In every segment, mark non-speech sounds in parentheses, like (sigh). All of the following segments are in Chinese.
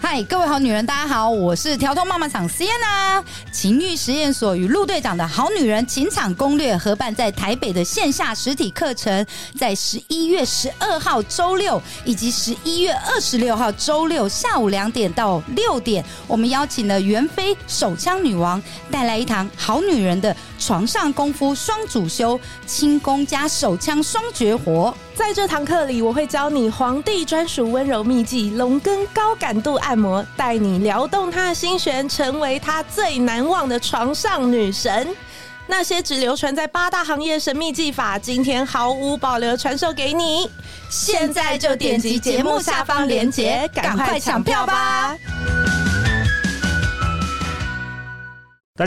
嗨，各位好女人，大家好，我是调通妈妈厂 Sienna 情欲实验所与陆队长的好女人情场攻略合办在台北的线下实体课程，在十一月十二号周六以及十一月二十六号周六下午两点到六点，我们邀请了袁飞手枪女王带来一堂好女人的床上功夫双主修，轻功加手枪双绝活。在这堂课里，我会教你皇帝专属温柔秘技——龙根高感度按摩，带你撩动他的心弦，成为他最难忘的床上女神。那些只流传在八大行业神秘技法，今天毫无保留传授给你。现在就点击节目下方链接， (laughs) 赶快抢票吧！大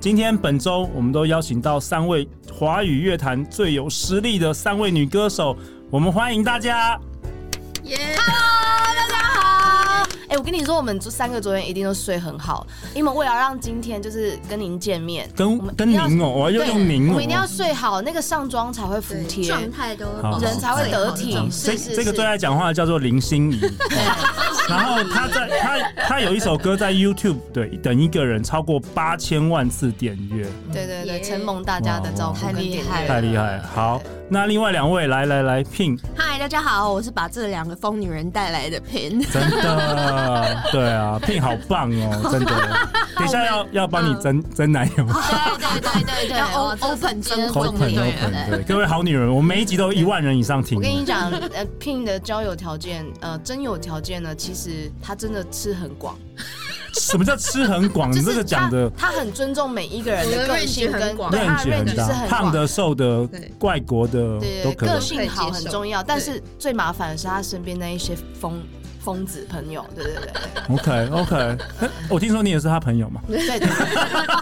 今天本周我们都邀请到三位华语乐坛最有实力的三位女歌手，我们欢迎大家。哎、我跟你说，我们这三个昨天一定都睡很好，因为为了让今天就是跟您见面，跟我们跟一定要您哦、我要对用您哦、我们一定要睡好，那个上妆才会服帖，状态都好人才会得体。这是嗯是这个是最爱讲话的叫做林心 (laughs) 怡，哦然后她在她她有一首歌在 YouTube 对等一个人超过八千万次点阅，对啊对对，耶承蒙大家的照哇顾跟太厉点害亮太厉害了。好，那另外两位来来来聘，嗨，大家好，我是把这两个疯女人带来的 Pin。真 (laughs) 的对啊，聘好棒哦，真的。等一下要要帮嗯你争争奶油。对对对对要 open 真口重喷口点。喷，对各位好女人，我们每一集都一万人以上听我跟。你讲，呃，Pin 的交友条件，呃，真有条件呢，其实他真的吃很广，什么叫吃很广？你就这是个讲的他他很尊重每一个人我的的个 range 性很跟广对他 range 的 range 很是大，很胖广的、瘦的对、外国的对都对，可以。个性好很重要，对但是最麻烦的是他身边那一些疯疯子朋友，对对对对 OK OK，我 (laughs) 听说你也是他朋友嘛对 (laughs) 对对，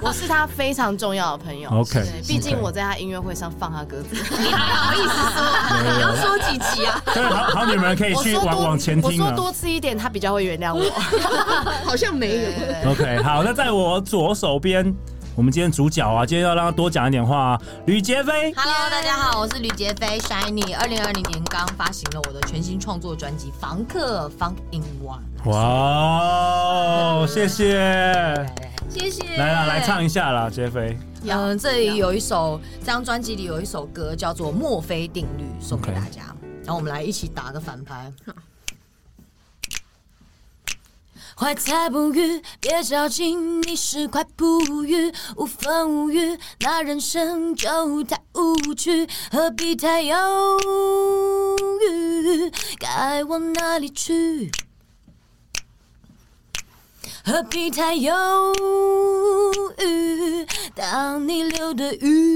我是他非常重要的朋友。 ？OK，对，毕竟我在他音乐会上放他鸽子，你要说几集 (laughs) 啊？对，好好女人可以我去说往多往前我听说啊。多吃一点，他比较会原谅我。好像没 (laughs) 有。OK，好，那在我左手边，我们今天主角啊，今天要让他多讲一点话、啊，吕杰飞。 Hello，大家好，我是吕杰飞 Shiny。二零二零年刚发行了我的全新创作专辑《房客 Funk in One》，哇哦，谢谢，谢谢。来啦，来唱一下啦，杰飞。嗯，这里有一首，这张专辑里有一首歌叫做《墨菲定律》，送给 OK 大家。然后我们来一起打个反拍。怀才不遇，别较劲，你是块璞玉，无风无雨，那人生就太无趣，何必太犹豫？该往哪里去？何必太犹豫？当你流的雨，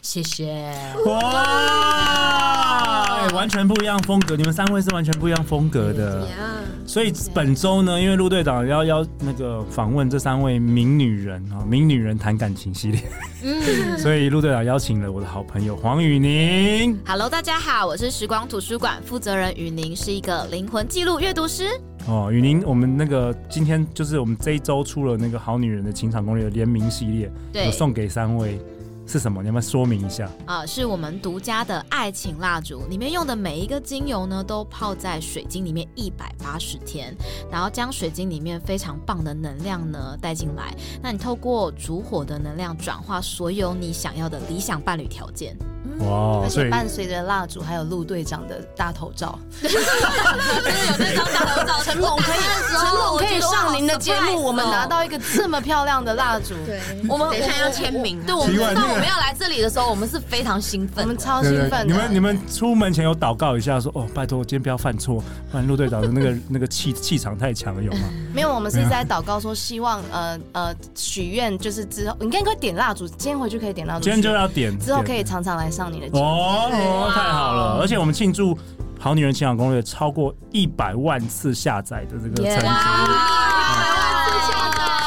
谢谢。哇，哎完全不一样风格，你们三位是完全不一样风格的。所以本周呢，因为陆队长要要那个访问这三位名女人啊，名女人谈感情系列，(laughs) 嗯所以陆队长邀请了我的好朋友黄宇宁。 Hello，大家好，我是时光图书馆负责人雨宁，是一个灵魂记录阅读师。哦，宇宁，我们那个今天就是我们这一周出了那个《好女人的情场攻略》的联名系列，对有，送给三位是什么？你要不要说明一下？啊、是我们独家的爱情蜡烛，里面用的每一个精油呢，都泡在水晶里面一百八十天，然后将水晶里面非常棒的能量呢带进来。那你透过烛火的能量，转化所有你想要的理想伴侣条件。哇，而哦所且以伴随着蜡烛，还有陆队长的大头照，成龙可以，成我哦可以上您的节目，我们拿到一个这么漂亮的蜡烛，对，我们等一下要签名啊对，我们奇知怪那道个我们要来这里的时候，我们是非常兴我奋们的。超兴对对奋的。你们你们出门前有祷告一下说，哦，拜托，今天不要犯错，不然陆队长的那个那个气气场太强了，有吗？没有，我们是啊在祷告说，希望呃呃许愿，就是之后你应该点蜡烛，今天回去可以点蜡烛，今天就要点，之后点可以常常来上你的节目。哦，哦太好了！而且我们庆祝《好女人情场攻略》超过一百万次下载的这个成绩。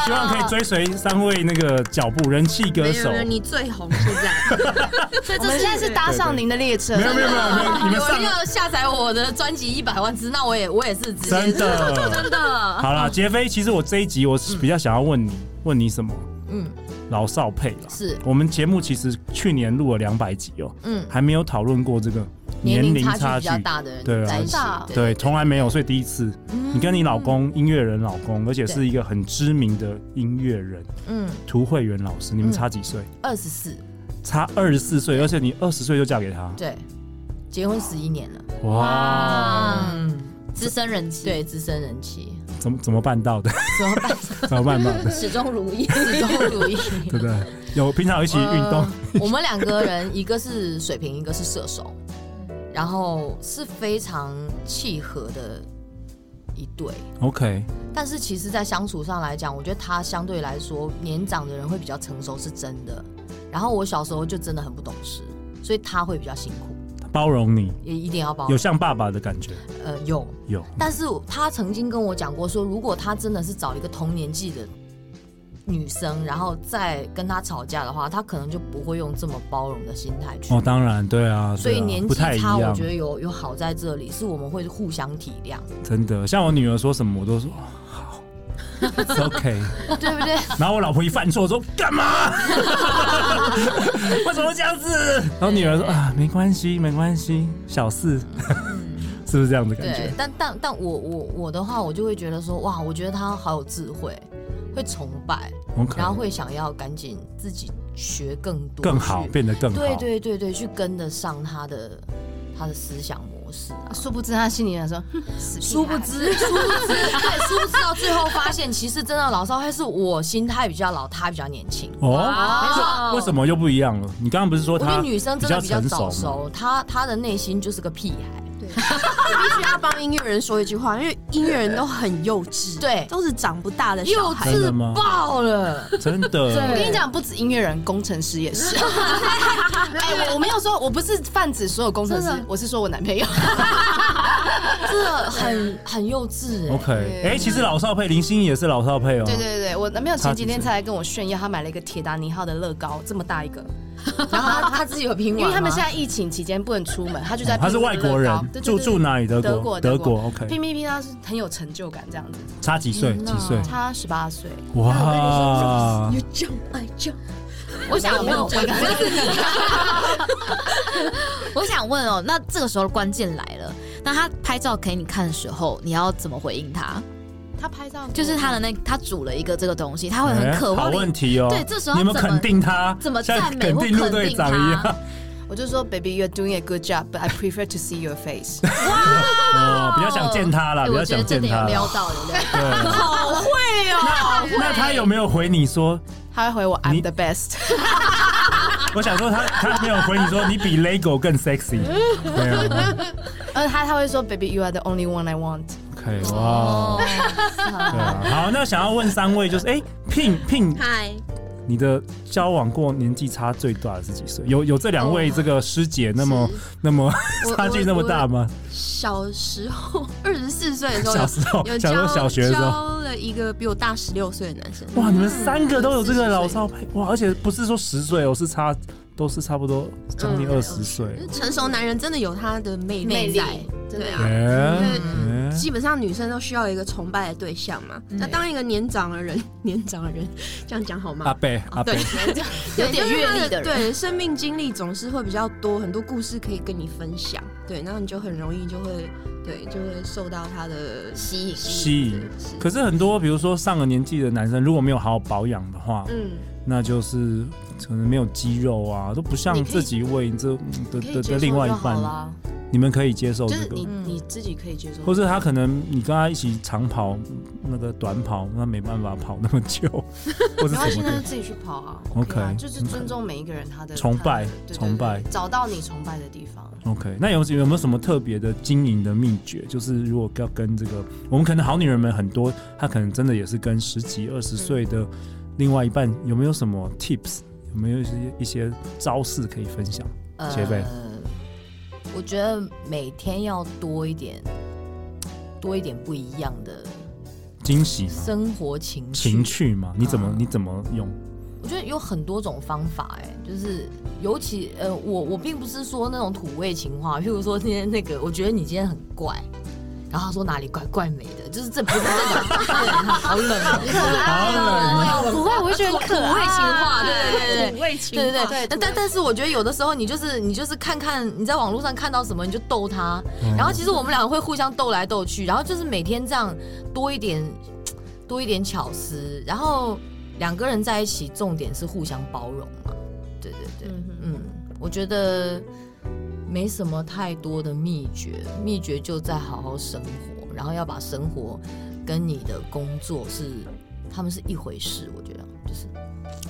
希望可以追随三位那个脚步人气歌没手有没。有，你最红现在，所以我这们现在是搭上您的列车没，有没有没有没有，你们啊有上人要下载我的专辑一百万次，那我也我也是直接真的真的，好啦，杰飞，其实我这一集我是比较想要问你，问你什么？嗯，老少配了。是我们节目其实去年录了两百集哦，嗯，还没有讨论过这个年龄龄差距比距较。大的对人啊在一起真嗯的啊，对，从来没有，所以第一次，你跟你老公音乐人老公，而且是一个很知名的音乐人嗯，涂慧媛老师，你们差几岁？二十四，差二十四岁，而且你二十岁就嫁给他，对，结婚十一年了，哇，嗯，资深人气，，对，资深人气，怎么怎么办到的？ (laughs) 怎么办？怎么办到的？ (laughs) 始终如一，始终如一。对不对？有平常有一起运动，呃我们两个人，一个是水瓶，一个是射手，然后是非常契合的一对。 OK，但是其实，在相处上来讲，我觉得他相对来说年长的人会比较成熟，是真的。然后我小时候就真的很不懂事，所以他会比较辛苦，包容你，也一定要包有。像爸爸的感觉，呃，有。有但是他曾经跟我讲过说，如果他真的是找一个同年纪的女生，然后再跟他吵架的话，他可能就不会用这么包容的心态去。哦，当然对啊，所以对啊年不纪太一差，我样觉，得有有好在这里，是我们会互相体谅，真的。像我女儿说什么，我都说哦好，It's OK。 (laughs) 对不对？然后我老婆一犯错，我说干嘛？ (laughs) 为什么会这样子？然后女儿说啊，没关系，没关系，小事，是不是这样的感嗯对觉，？但但但我我我的话，我就会觉得说，哇，我觉得他好有智慧，会崇拜， OK，然后会想要赶紧自己学更多，更好，去变得更好。对对对对，去跟得上他的他的思想模式啊。殊不知他心里想说，殊不知，殊不知，对，殊不知到最后发现，其实真的老少会是我心态比较老，他比较年轻。哦，没错为什么又不一样了？你刚刚不是说我觉她得女生真的比较成早吗？熟，她她的内心就是个屁孩。必须要帮音乐人说一句话，因为音乐人都很幼 (laughs) 稚，对都是长不大的小孩。真的吗？爆了，真 (laughs) 的我跟你讲，不止音乐人，工程师也是。哎，我我没有说，我不是泛指所有工程师，我是说我男朋 (laughs) 友。这很很幼稚哎、 ，OK。哎，其实老少配，林心怡也是老少配哦。对对对，我男朋友前几天差几岁才来跟我炫耀，他买了一个铁达尼号的乐高，这么大一个。 (laughs) 然后他他自己有拼完因吗，为他们现在疫情期间不能出门，他就在哦他是拼外国人乐高对对住对住哪里德国德国德德国国，OK 拼拼拼，他是很有成就感这样子。差几岁？嗯几岁？他十八岁，哇！我想我没有这个， (laughs) 我想问哦，那这个时候关键来了，那他拍照给你看的时候，你要怎么回应他？他拍照就是他的那他煮了一个这个东西，他会很哎渴好望你问题哦。对这时候你们怎么肯定他，怎么像赞美肯或定陆肯队定长一样他。我就说，baby you're doing a good job, but I prefer to see your face。(laughs) (laughs) 哦，比较想见他啦，哎比较我觉得想这见点有他啦。撩到，有撩到。对， (laughs) 好会哦。那他有没有回你说？他会回我 I'm 你 the best。 (laughs) 我想说他他没有回你说你比 LEGO 更 sexy。没 (laughs) 啊有呃，他他会说，baby you are the only one I want。 ，OK，哇。哦哦对啊，好，那想要问三位就是，哎，Pin Pin 嗨，你的交往过年纪差最大的是几岁？有有这两位这个师姐那么那么哦 (laughs) 我差距那么大吗？小时候 (laughs) 二十四岁的时候小有，时候有，小时交候小学的时候，交了一个比我大十六岁的男生。嗯哇，你们三个都有这个老少配哇，而且不是说十岁哦，是差都是差不多将近嗯二十岁。成熟男人真的有他的魅力在，对啊。哎嗯基本上女生都需要一个崇拜的对象嘛。那当一个年长的人， (laughs) 年长的人这样讲好哎阿吗？贝阿哦对贝，，有点阅历的人，对生命经历总是会比较多，很多故事可以跟你分享。对，然后你就很容易就会对，就会受到他的吸引吸引对是可是很多比如说上了年纪的男生，如果没有好好保养的话，嗯，那就是可能没有肌肉啊，都不像你可以自己为这嗯的可以的接的受另外一就好半，啦你们可以接受就这是个你你自己可以接受，或是他可能你跟他一起长跑，那个短跑，那没办法跑那么久， (laughs) 或是没关什系，么那就的。自己去跑啊。 OK，啊就是 OK 尊重每一个人他的崇拜他的对对对崇拜找到你崇拜的地方。 OK，那有有没有什么特别的经营的秘诀？就是如果要跟这个，我们可能好女人们很多，她可能真的也是跟十几、二十岁嗯的另外一半，有没有什么 tips？有没有一些一些招式可以分享？呃杰贝我觉得每天要多一点，多一点不一样的惊喜吗？生活情绪。情趣嘛？你怎么嗯你怎么用？我觉得有很多种方法、哎，就是尤其呃，我我并不是说那种土味情话，譬如说今天那个，我觉得你今天很怪。然后他说哪里怪怪美的，就是这不是这种，对好冷哦，好冷，不会，我会觉得很可土味爱。情话，对对对对，味情对对话对，但但但是我觉得有的时候你就是你就是看看你在网络上看到什么你就逗他，然后其实我们两个会互相逗来逗去，然后就是每天这样多一点多一点巧思，然后两个人在一起重点是互相包容嘛，对对对，嗯哼嗯，我觉得没什么太多的秘诀，秘诀就在好好生活，然后要把生活跟你的工作是他们是一回事，我觉得就是。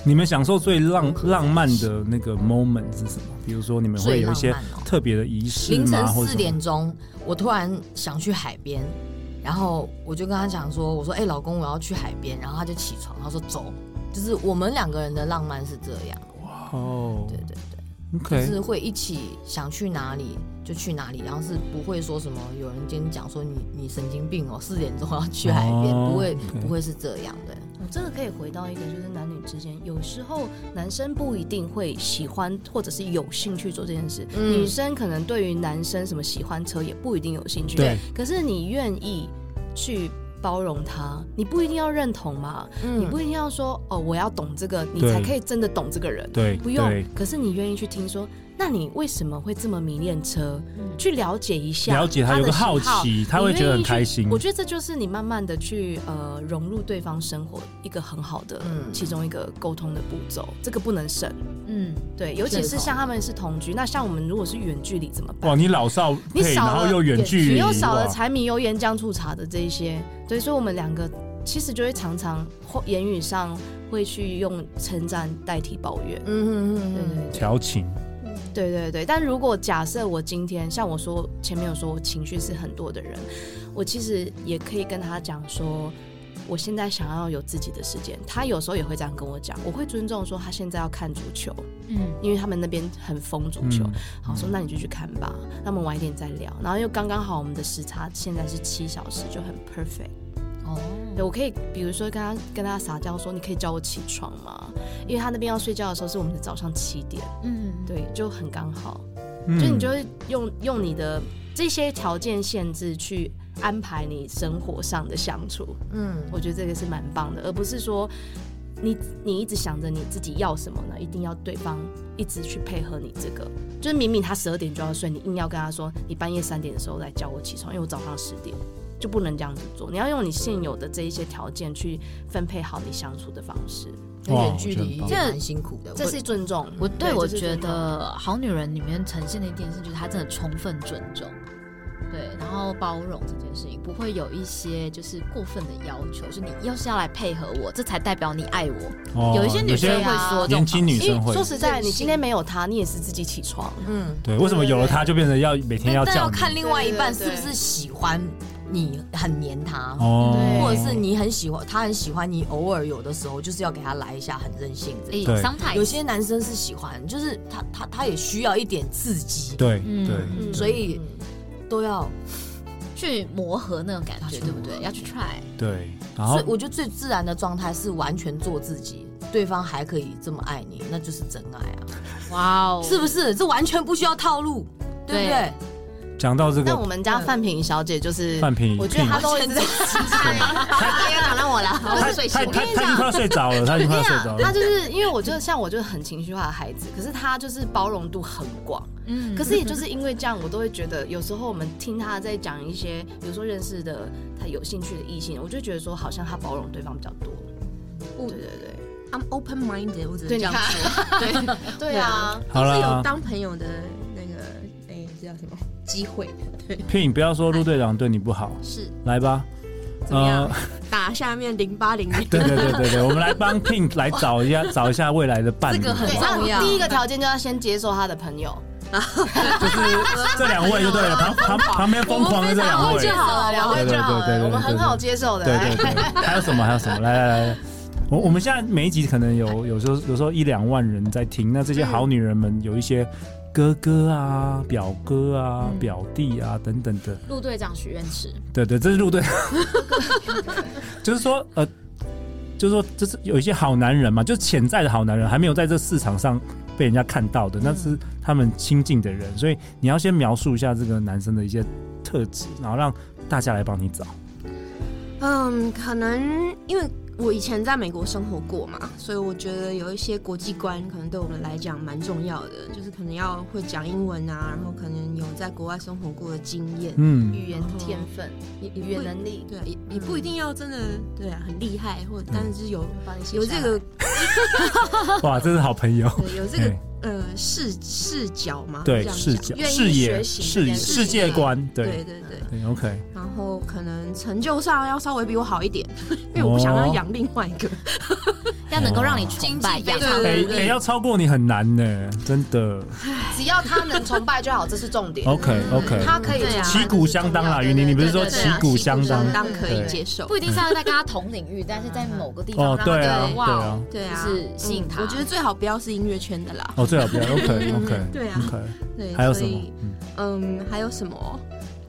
你们享受最浪不可浪漫的那个 moment 是什么？比如说你们会有一最些浪漫哦特别的仪式凌晨吗？或者四什么点钟，我突然想去海边，然后我就跟他讲说：“我说，哎、老公，我要去海边。”然后他就起床，他说：“走。”就是我们两个人的浪漫是这样，哦对对对， ，OK，就是会一起想去哪里就去哪里，然后是不会说什么有人今天讲说你你神经病哦，四点钟要去海边，哦不会 OK 不会是这样的。我真的可以回到哦一个，就是男女之间，有时候男生不一定会喜欢或者是有兴趣做这件事，嗯女生可能对于男生什么喜欢车也不一定有兴趣。对，可是你愿意去包容他，你不一定要认同嘛，你嗯不一定要说哦，我要懂这个，你对才可以真的懂这个人。对，不用对，可是你愿意去听说，那你为什么会这么迷恋车？嗯去了解一下，了解他有的个喜好好奇，他会你觉愿得很意去开心。我觉得这就是你慢慢的去呃融入对方生活一个很好的、嗯其中一个沟通的步骤，这个不能省。嗯，对，尤其是是像他们是同居，那像我们如果是远距离怎么哇，办？你老少你配，少然后了又远距离，你又少了哇柴米油盐酱醋茶的这一些，对，所以我们两个其实就会常常或言语上会去用称赞代替抱怨。嗯嗯对对对。调情，对对对，但如果假设我今天像我说前面有说我情绪是很多的人，我其实也可以跟他讲说，我现在想要有自己的时间。他有时候也会这样跟我讲，我会尊重说他现在要看足球，嗯，因为他们那边很疯足球。嗯好，说那你就去看吧，那我们晚一点再聊。然后又刚刚好我们的时差现在是七小时，就很 perfect。哦，对，我可以比如说跟他跟他撒娇说，你可以叫我起床吗？因为他那边要睡觉的时候是我们的早上七点，嗯，对，就很刚好。嗯就你就会用用你的这些条件限制去安排你生活上的相处，嗯我觉得这个是蛮棒的，而不是说你你一直想着你自己要什么呢，一定要对方一直去配合你这个。就是明明他十二点就要睡，你硬要跟他说你半夜三点的时候来叫我起床，因为我早上十点。就不能这样子做，你要用你现有的这一些条件去分配好你相处的方式，那哇远距离我也觉蛮辛苦的。这我是尊重。嗯我对对我这是觉尊重得《好女人》里面呈现的一件事，就是她真的充分尊重，对，然后包容这件事情，不会有一些就是过分的要求，就你要是要来配合我，这才代表你爱我。哦有一些女生会说这种年轻女因生为会说，实在，你今天没有他，你也是自己起床。嗯，对，为什么有了她就变成要每天但但叫要你？看另外一半对是对不对是喜欢你，很黏他。哦，或者是你很喜欢他，很喜欢你，偶尔有的时候就是要给他来一下，很任性这诶样。对，sometimes 有些男生是喜欢，就是他他他也需要一点刺激，对嗯对，嗯所以都要。去磨合那种感觉，要去对磨不合对？要去 try，对，然所后以我觉得最自然的状态是完全做自己，对方还可以这么爱你，那就是真爱啊，哇哦，是不是？这完全不需要套路，对不对？讲到这但个我们家范平小姐就是，范平，我觉得她都一直 (laughs) 在，不要讲到我了，他我他是睡他醒。他他已经快要睡着了，他已经快要睡着她了，就是因为我就像我就是很情绪化的孩子，可是她就是包容度很广。嗯可是也就是因为这样，我都会觉得有时候我们听她在讲一些，比如说认识的她有兴趣的异性，我就觉得说好像她包容对方比较多。对对对，嗯 I'm open minded，我只对你能这样说，对， (laughs) 对啊，好都是啦有当朋友的那个，哎，这叫什么机会？对， p i 不要说陆队长对你不好，是来吧，呃怎么样？打下面零八零 (laughs) 零，对对对对对，我们来帮 Pink 来找一下找一下未来的伴侣，这个很对，重要那第一个条件就要先接受她的朋友，就是这两位就对了，旁旁旁边疯狂的这两我位，们就好了，两位就好对对对对了，对对我们很好接受的。哎对来对对，还有什么？还有什么？来来来来，我我们现在每一集可能有有时候有时候一两万人在听，那这些好女人们有一些哥哥啊、表哥啊、嗯表弟啊等等的。陆队长许愿池，对对，这是陆队，就是说呃，就是说这是有一些好男人嘛，就是潜在的好男人，还没有在这市场上被人家看到的，那是他们亲近的人，所以你要先描述一下这个男生的一些特质，然后让大家来帮你找。嗯，可能因为我以前在美国生活过嘛，所以我觉得有一些国际观可能对我们来讲蛮重要的，就是可能要会讲英文啊，然后可能有在国外生活过的经验。嗯，语言天分、嗯语言能力，对，也也不一定要真的对啊，很厉害，嗯或者但是就是有帮你写有下这来个哇，这是好朋友。对有这个哎呃视视角嘛，对这样视讲角、愿意视学野、习视野、这件事世界情观，对对对对，对，OK，然后可能成就上要稍微比我好一点， (laughs) 因为我不想哦要养另外一个。要能够让你经崇济拜非仰常慕哎、努哎力，要超过你很难呢，真的。只要他能崇拜就好，这是重点。 OK 嗯 OK，他可以对啊旗鼓相当啦，云林，你不是说对旗对啊鼓相当？当可以对接受不。一定是要在跟他同领域，但是在某个地哦方让他对觉啊得哇对啊哦，对啊，就是吸引嗯他我觉得最好不要是音乐圈的啦。哦，最好 (laughs) 不要 OK 嗯 OK 对啊 OK，对，还有什所么以？嗯嗯，还有什么？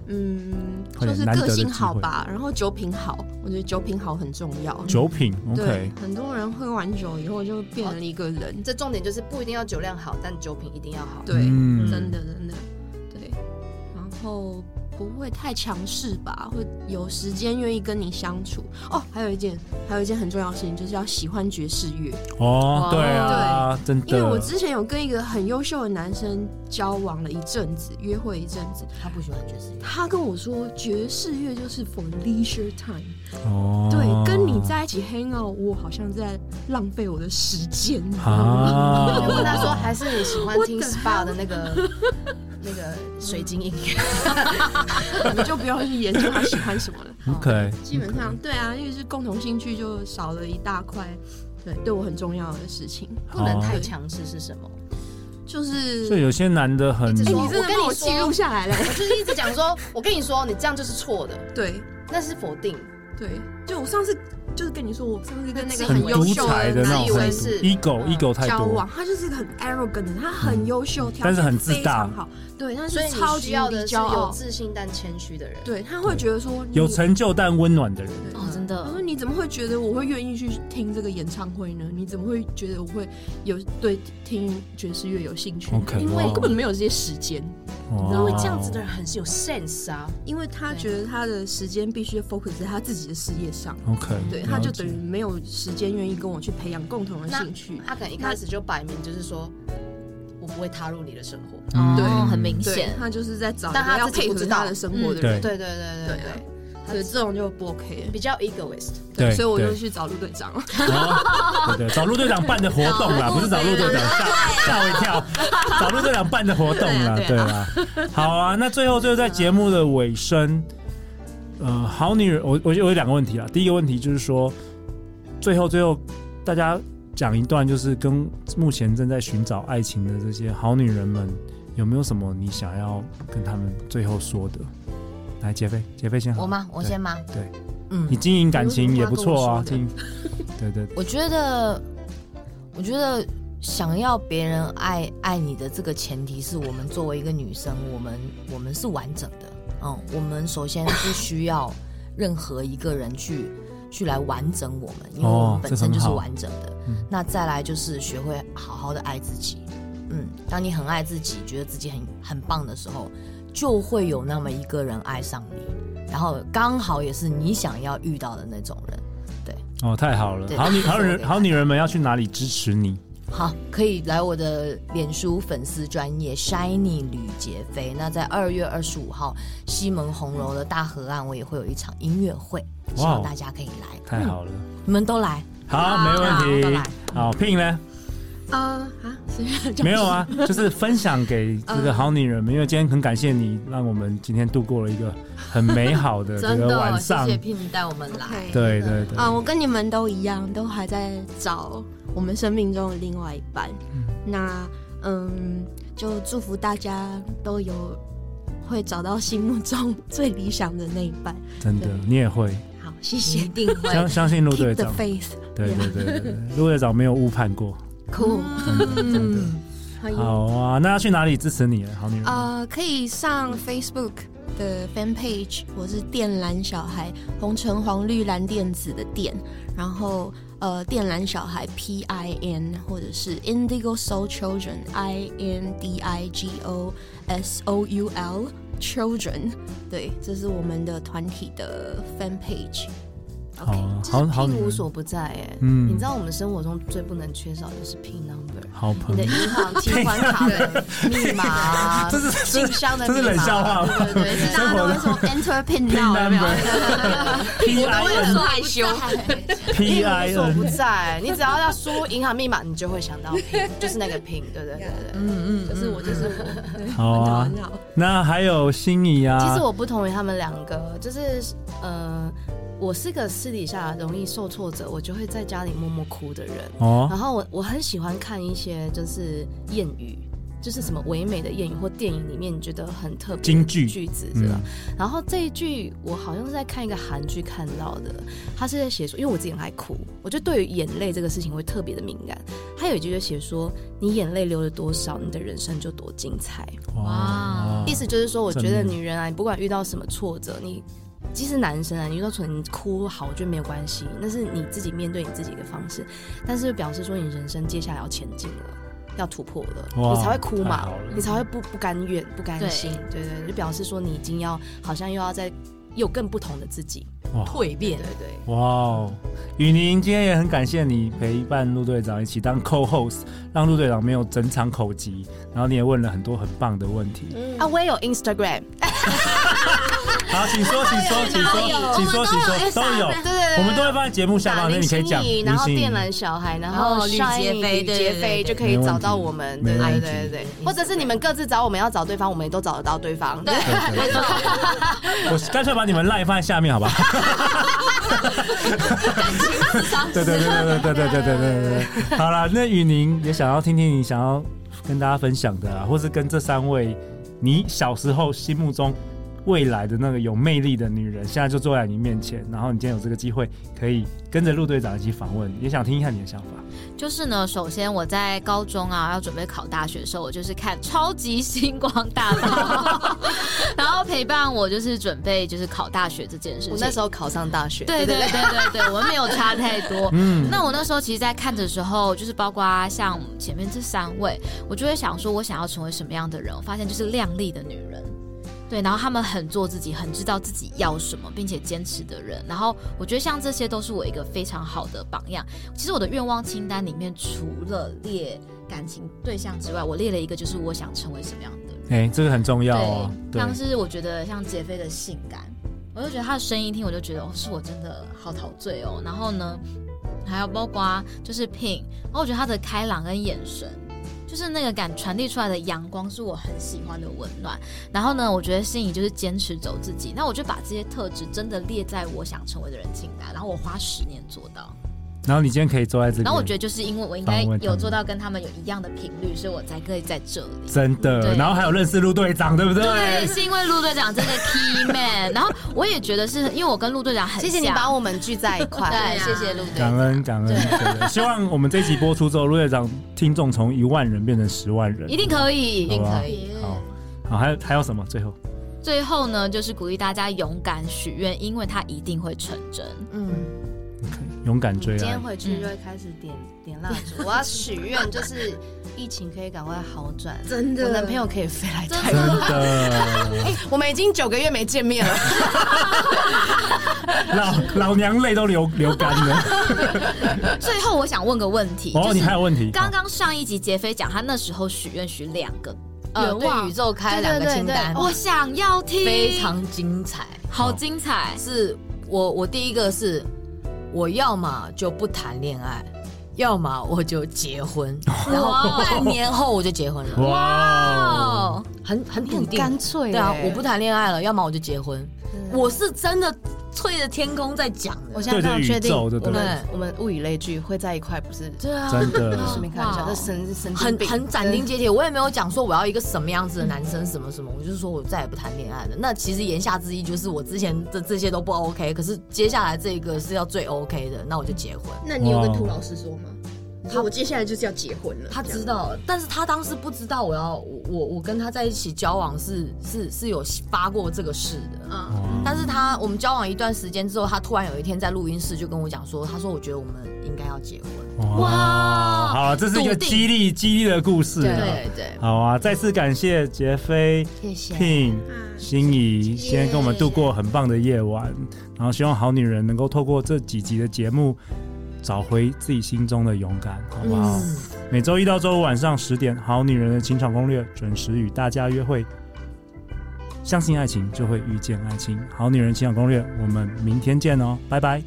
嗯，快就点是难得个的性机好会吧，然后酒品好，我觉得酒品好很重要。酒品对 OK，，很多人喝完酒以后就变成一个人。这重点就是不一定要酒量好，但酒品一定要好。对，嗯真的真的，对。然后不会太强势吧，会有时间愿意跟你相处。哦，还有一件，还有一件很重要的事情，就是要喜欢爵士乐。哦，对啊，真因为我的。之前有跟一个很优秀的男生交往了一阵子，约会一阵子，他不喜欢爵士乐。他跟我说爵士乐就是 for leisure time，、哦，对，跟你在一起 hang out，我好像在浪费我的时间。 (laughs) 啊，我问他说，还是你喜欢听 What the SPA 的那 (laughs) 个那个水晶音乐？我们就不要去研究他喜欢什么了。 OK，基本上对啊，因为是共同兴趣，就少了一大块。对，对我很重要的事情好不能太强势是什么？就是，所以有些男的很一直哎、说你真的我跟你帮我说记录下来了。我就是一直讲说，我跟你说，你这样就是错的，对那是否定。对，就我上次就是跟你说，我上次跟那个很优独秀裁的的那自以种为很是独 ego ego 太嗯交多嗯往，，他就是一个很 arrogant 的，他很优秀，条件但是很自大非常好，对，但所以是你超需级要无敌的是骄有傲，自信但谦虚的人。啊对他会觉得说你有成就但温暖的人。对哦真的他说你怎么会觉得我会愿意去听这个演唱会呢？你怎么会觉得我会有对听爵士乐有兴趣呢 OK，哦因为哇根本没有这些时间。因为这样子的人很是有 sense 啊，因为他觉得他的时间必须 focus 在他自己的事业上，哦 OK，对，了他就解等于没有时间愿意跟我去培养共同的兴趣。他可能一开始就摆明就是说，我不会踏入你的生活。对哦，很明对显，他就是在找一但个他要自己配不合知道他的生活的嗯人，对对对对对，所以这种就不 OK 了。比较 egoist。对所以我就对去找陆队长了。哦对对，找陆队长办的活动啦，不是找陆队长，吓吓我一跳，找陆队长办的活动啦，对对啦。好啊，那最后就在节目的尾声，呃，好女人，我我有两个问题啊。第一个问题就是说，最后最后大家讲一段，就是跟目前正在寻找爱情的这些好女人们，有没有什么你想要跟他们最后说的？来，杰飞，杰飞先好，我吗？我对先吗？对，嗯你，经营感情你也有什不么嗯话跟我错啊，说的经营，对对我觉得，我觉得想要别人爱爱你的这个前提是我们作为一个女生，我们我们是完整的，嗯，我们首先不需要任何一个人去去来完整我们，因为我哦们本身就这很是好完整的。嗯那再来就是学会好好的爱自己，嗯，当你很爱自己，觉得自己很很棒的时候，就会有那么一个人爱上你，然后刚好也是你想要遇到的那种人。哦，太好了！对好女好是我女的好女人们要去哪里支持你？好，可以来我的脸书粉丝专业 Shiny 吕杰飞。那在二月二十五号，西门红楼的大河岸，我也会有一场音乐会，希哇哦望大家可以来，太好了，你们都来。好，没问好题来。好，聘呢？啊啊，随便讲没有 (laughs) 啊，就是分享给这个好女人们，因为今天很感谢你，让我们今天度过了一个很美好 (laughs) 的这真个的，哦晚谢上谢。聘带我们来。对对对，啊，我跟你们都一样，都还在找我们生命中的另外一半。那嗯，就祝福大家都有会找到心目中最理想的那一半。真的你也会好，谢你一谢。定会，相相信陆队 Keep the 长， faith，对对对对，对陆队长没有误判过，嗯 cool。真的真的。可以。好啊，那要去哪里支持你呢？好女人？呃，可以上 Facebook 的 Fan Page，我是电蓝小孩，红橙黄绿蓝靛紫的电，然后呃电蓝小孩 P I N 或者是 Indigo Soul Children I N D I G O S O U L Children，对，这是我们的团体的 Fan Page。好啊，就是好好女拼无人，所不在哎。嗯你知道我们生活中最不能缺少就是 PIN number，好你朋的友银。行提款卡的密码， (laughs) 这是信箱的这密是码，冷笑话吗对对对， (laughs) 生活的 Enter Pin Pin Now 有没有？ P 我 I 也说 N 害羞， P 无 I 所不 N，在，你只要要输银行密码，你就会想到 PIN，就是那个 PIN，对对对对对。嗯嗯，就是我就是好啊。那还有心仪啊，其实我不同于他们两个，就是呃，我是个私底下容易受挫折，我就会在家里默默哭的人。哦，然后我我很喜欢看一些就是谚语，就是什么唯美的谚语或电影里面你觉得很特别的金句句子，对吧嗯？，然后这一句我好像是在看一个韩剧看到的，他是在写说，因为我自己很爱哭，我就对于眼泪这个事情会特别的敏感。他有一句就写说，你眼泪流了多少，你的人生就多精彩。哇，意思就是说，我觉得正面女人啊，你不管遇到什么挫折，你即使男生啊，你遇到挫折你哭好，我觉得没有关系，那是你自己面对你自己的方式。但是表示说，你人生接下来要前进了。要突破哇了，你才会哭太嘛好了，你才会不不甘愿、不甘心，对对对，就表示说你已经要好像又要再有更不同的自己，蜕变对。对哇哦，雨宁今天也很感谢你陪伴陆队长一起当 co-host，让陆队长没有整场口急，然后你也问了很多很棒的问题。对。啊，我也有 Instagram，好，请说，请说，请说，请说，请说，都有，对对对，我们都会放在节目下打方，那林你可以心讲怡，林然后心怡电缆小孩，然然后后吕上一杰飞名对杰对飞对就可以没问找到题我们，对没对问对题对对，或者是你们各自找我们要找对方，我们也都找得到对方。对，对对我干脆把你们赖放在下面，好吧？对对对对对对对对对对对。好了，那雨宁也想要听听你想要跟大家分享的啊，或是跟这三位你小时候心目中未来的那个有魅力的女人，现在就坐在你面前，然后你今天有这个机会可以跟着陆队长一起访问，也想听一下你的想法。就是呢，首先我在高中啊要准备考大学的时候，我就是看《超级星光大道》，然后陪伴我就是准备就是考大学这件事情。我那时候考上大学，对对对对对，我们没有差太多。嗯，那我那时候其实，在看的时候，就是包括像前面这三位，我就会想说，我想要成为什么样的人？我发现就是靓丽的女人，对，然后她们很做自己，很知道自己要什么，并且坚持的人。然后我觉得像这些都是我一个非常好的榜样。其实我的愿望清单里面，除了列感情对象之外，我列了一个，就是我想成为什么样的人。哎、这个很重要哦。对，对，像是我觉得像杰飞的性感，我就觉得他的声音一听我就觉得哦，是我真的好陶醉哦。然后呢，还有包括就是 Pink，然后我觉得他的开朗跟眼神。就是那个感传递出来的阳光是我很喜欢的温暖，然后呢，我觉得心仪就是坚持走自己，那我就把这些特质真的列在我想成为的人清单，然后我花十年做到，然后你今天可以坐在这里，然后我觉得就是因为我应该访问他有们做到跟他们有一样的频率，所以我才可以在这里。真的，对然后还有认识陆队长，对不对？对，是因为陆队长真的 key (laughs) man，然后我也觉得是因为我跟陆队长很谢像，谢你把我们聚在一块，对啊谢谢陆队感恩感恩，对希望我们这一集播出之后，陆队长听众从一万人变成十万人，一定可以，好不好可以。好，好，还有还有什么？最后，最后呢，就是鼓励大家勇敢许愿，因为它一定会成真。嗯，勇敢追啊今天爱，回去就会开始点点蜡烛，我要许愿就是疫情可以赶快好转，真我男朋友可以飞来台真湾。的， (laughs) 我们已经九个月没见面了， (laughs) 老老娘泪都流流干了。嗯最后我想问个问题，哦，就你是还有问题？刚刚上一集杰飞讲他那时候许愿许两个呃，愿对望宇，宙开两个清单，哦我想要听，非常精彩。好精彩，是我我第一个是，我要么就不谈恋爱，要么我就结婚，然后半年后我就结婚哦了，哇哦，哦，很很很笃定。干脆耶。欸对啊，我不谈恋爱了，要么我就结婚。我是真的对着天空在讲的，我现在非常确定，对着宇宙就对我了们我们物以类聚会在一块，不是？对啊，真的 (laughs) 顺便看一下，这神神经很病很斩钉截铁，我也没有讲说我要一个什么样子的男生，什么什么，我就是说我再也不谈恋爱了。那其实言下之意就是我之前的这些都不 OK，可是接下来这一个是要最 OK 的，那我就结婚。那你有跟涂老师说吗？他我接下来就是要结婚了，他这样知道， (laughs) 但是他当时不知道我要我我我跟他在一起交往是是是有发过这个誓的。嗯，但是他我们交往一段时间之后，他突然有一天在录音室就跟我讲说，他说我觉得我们应该要结婚。哦哇，好了，这是一个哦笃定激励激励的故事啊。对对，好啊，再次感谢杰飞、谢谢。 Pin、啊心仪，今天跟我们度过很棒的夜晚，然后希望好女人能够透过这几集的节目，找回自己心中的勇敢，好不好？嗯每周一到周五晚上十点，《好女人的情场攻略》准时与大家约会。相信爱情，就会遇见爱情。好女人情场攻略，我们明天见哦，拜拜。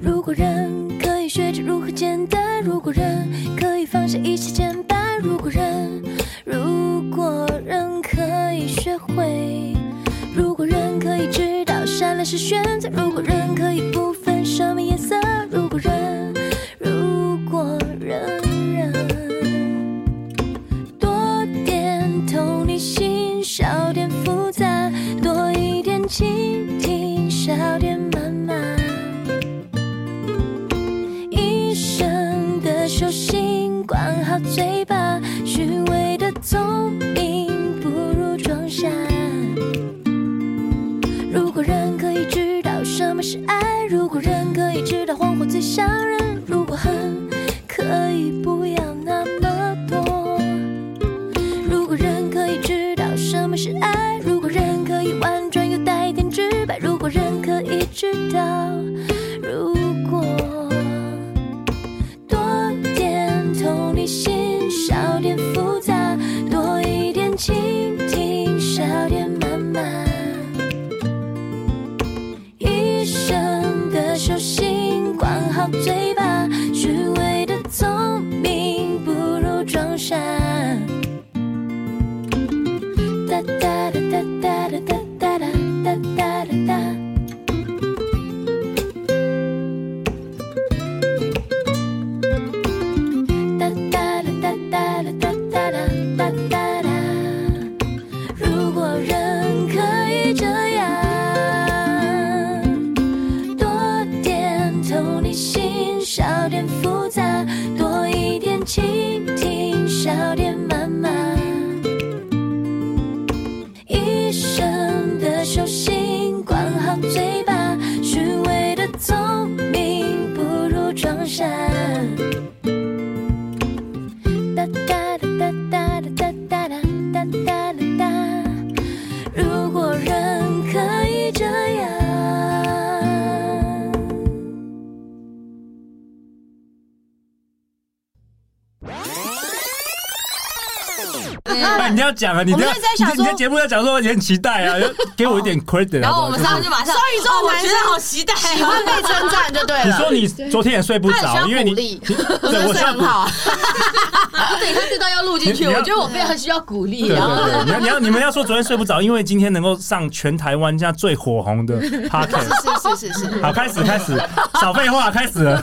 如果人可以学着如何简单，如果人可以放下一切牵绊，如果人，如果人可以学会，如果人可以知道善良是选择，如果人可以不分什么颜色，如果人，如果人人多点同理心，少点复杂，多一点倾听，少点谩骂。一生的修行，管好嘴巴。虚伪的聪明，不如装傻。如果人可以知道什么是爱，如果人可以知道谎话最伤人，如果恨可以不要那么多。如果人可以知道什么是爱，如果人可以婉转又带点直白，如果人可以知道。如果多点同理心，少点复杂，多一点倾听，少点谩骂。一生的修行，管好嘴巴，虚伪的聪明不如装傻。哒哒哒哒哒哒哒哒哒哒哒哒哒。哒哒啦哒哒啦哒哒啦哒哒啦。如果人可以这样，多点同理心，少点复杂，多一点倾听，少点谩骂。一生的修行，管好嘴巴，虚伪的聪明不如装傻。哒哒哒哒哒哒哒哒哒哒哒哒。如果人可以这样。那你要讲啊，你我这们就在想你这你说这节目要讲说，我很期待 (laughs) 啊，给我一点 credit 啊然好不好后我们三个就马上，所以说我觉得好期待啊喜欢被称赞就对你了。说你昨天也睡不着，因为你你对我需要鼓， (laughs) 对，他这段要录进你去，你要我觉得我非常需要鼓励对对对，啊。你要你要你们要说昨天睡不着，因为今天能够上全台湾现在最火红的 (laughs) podcast。是是是是是，好，开始开始，少废话，开始了。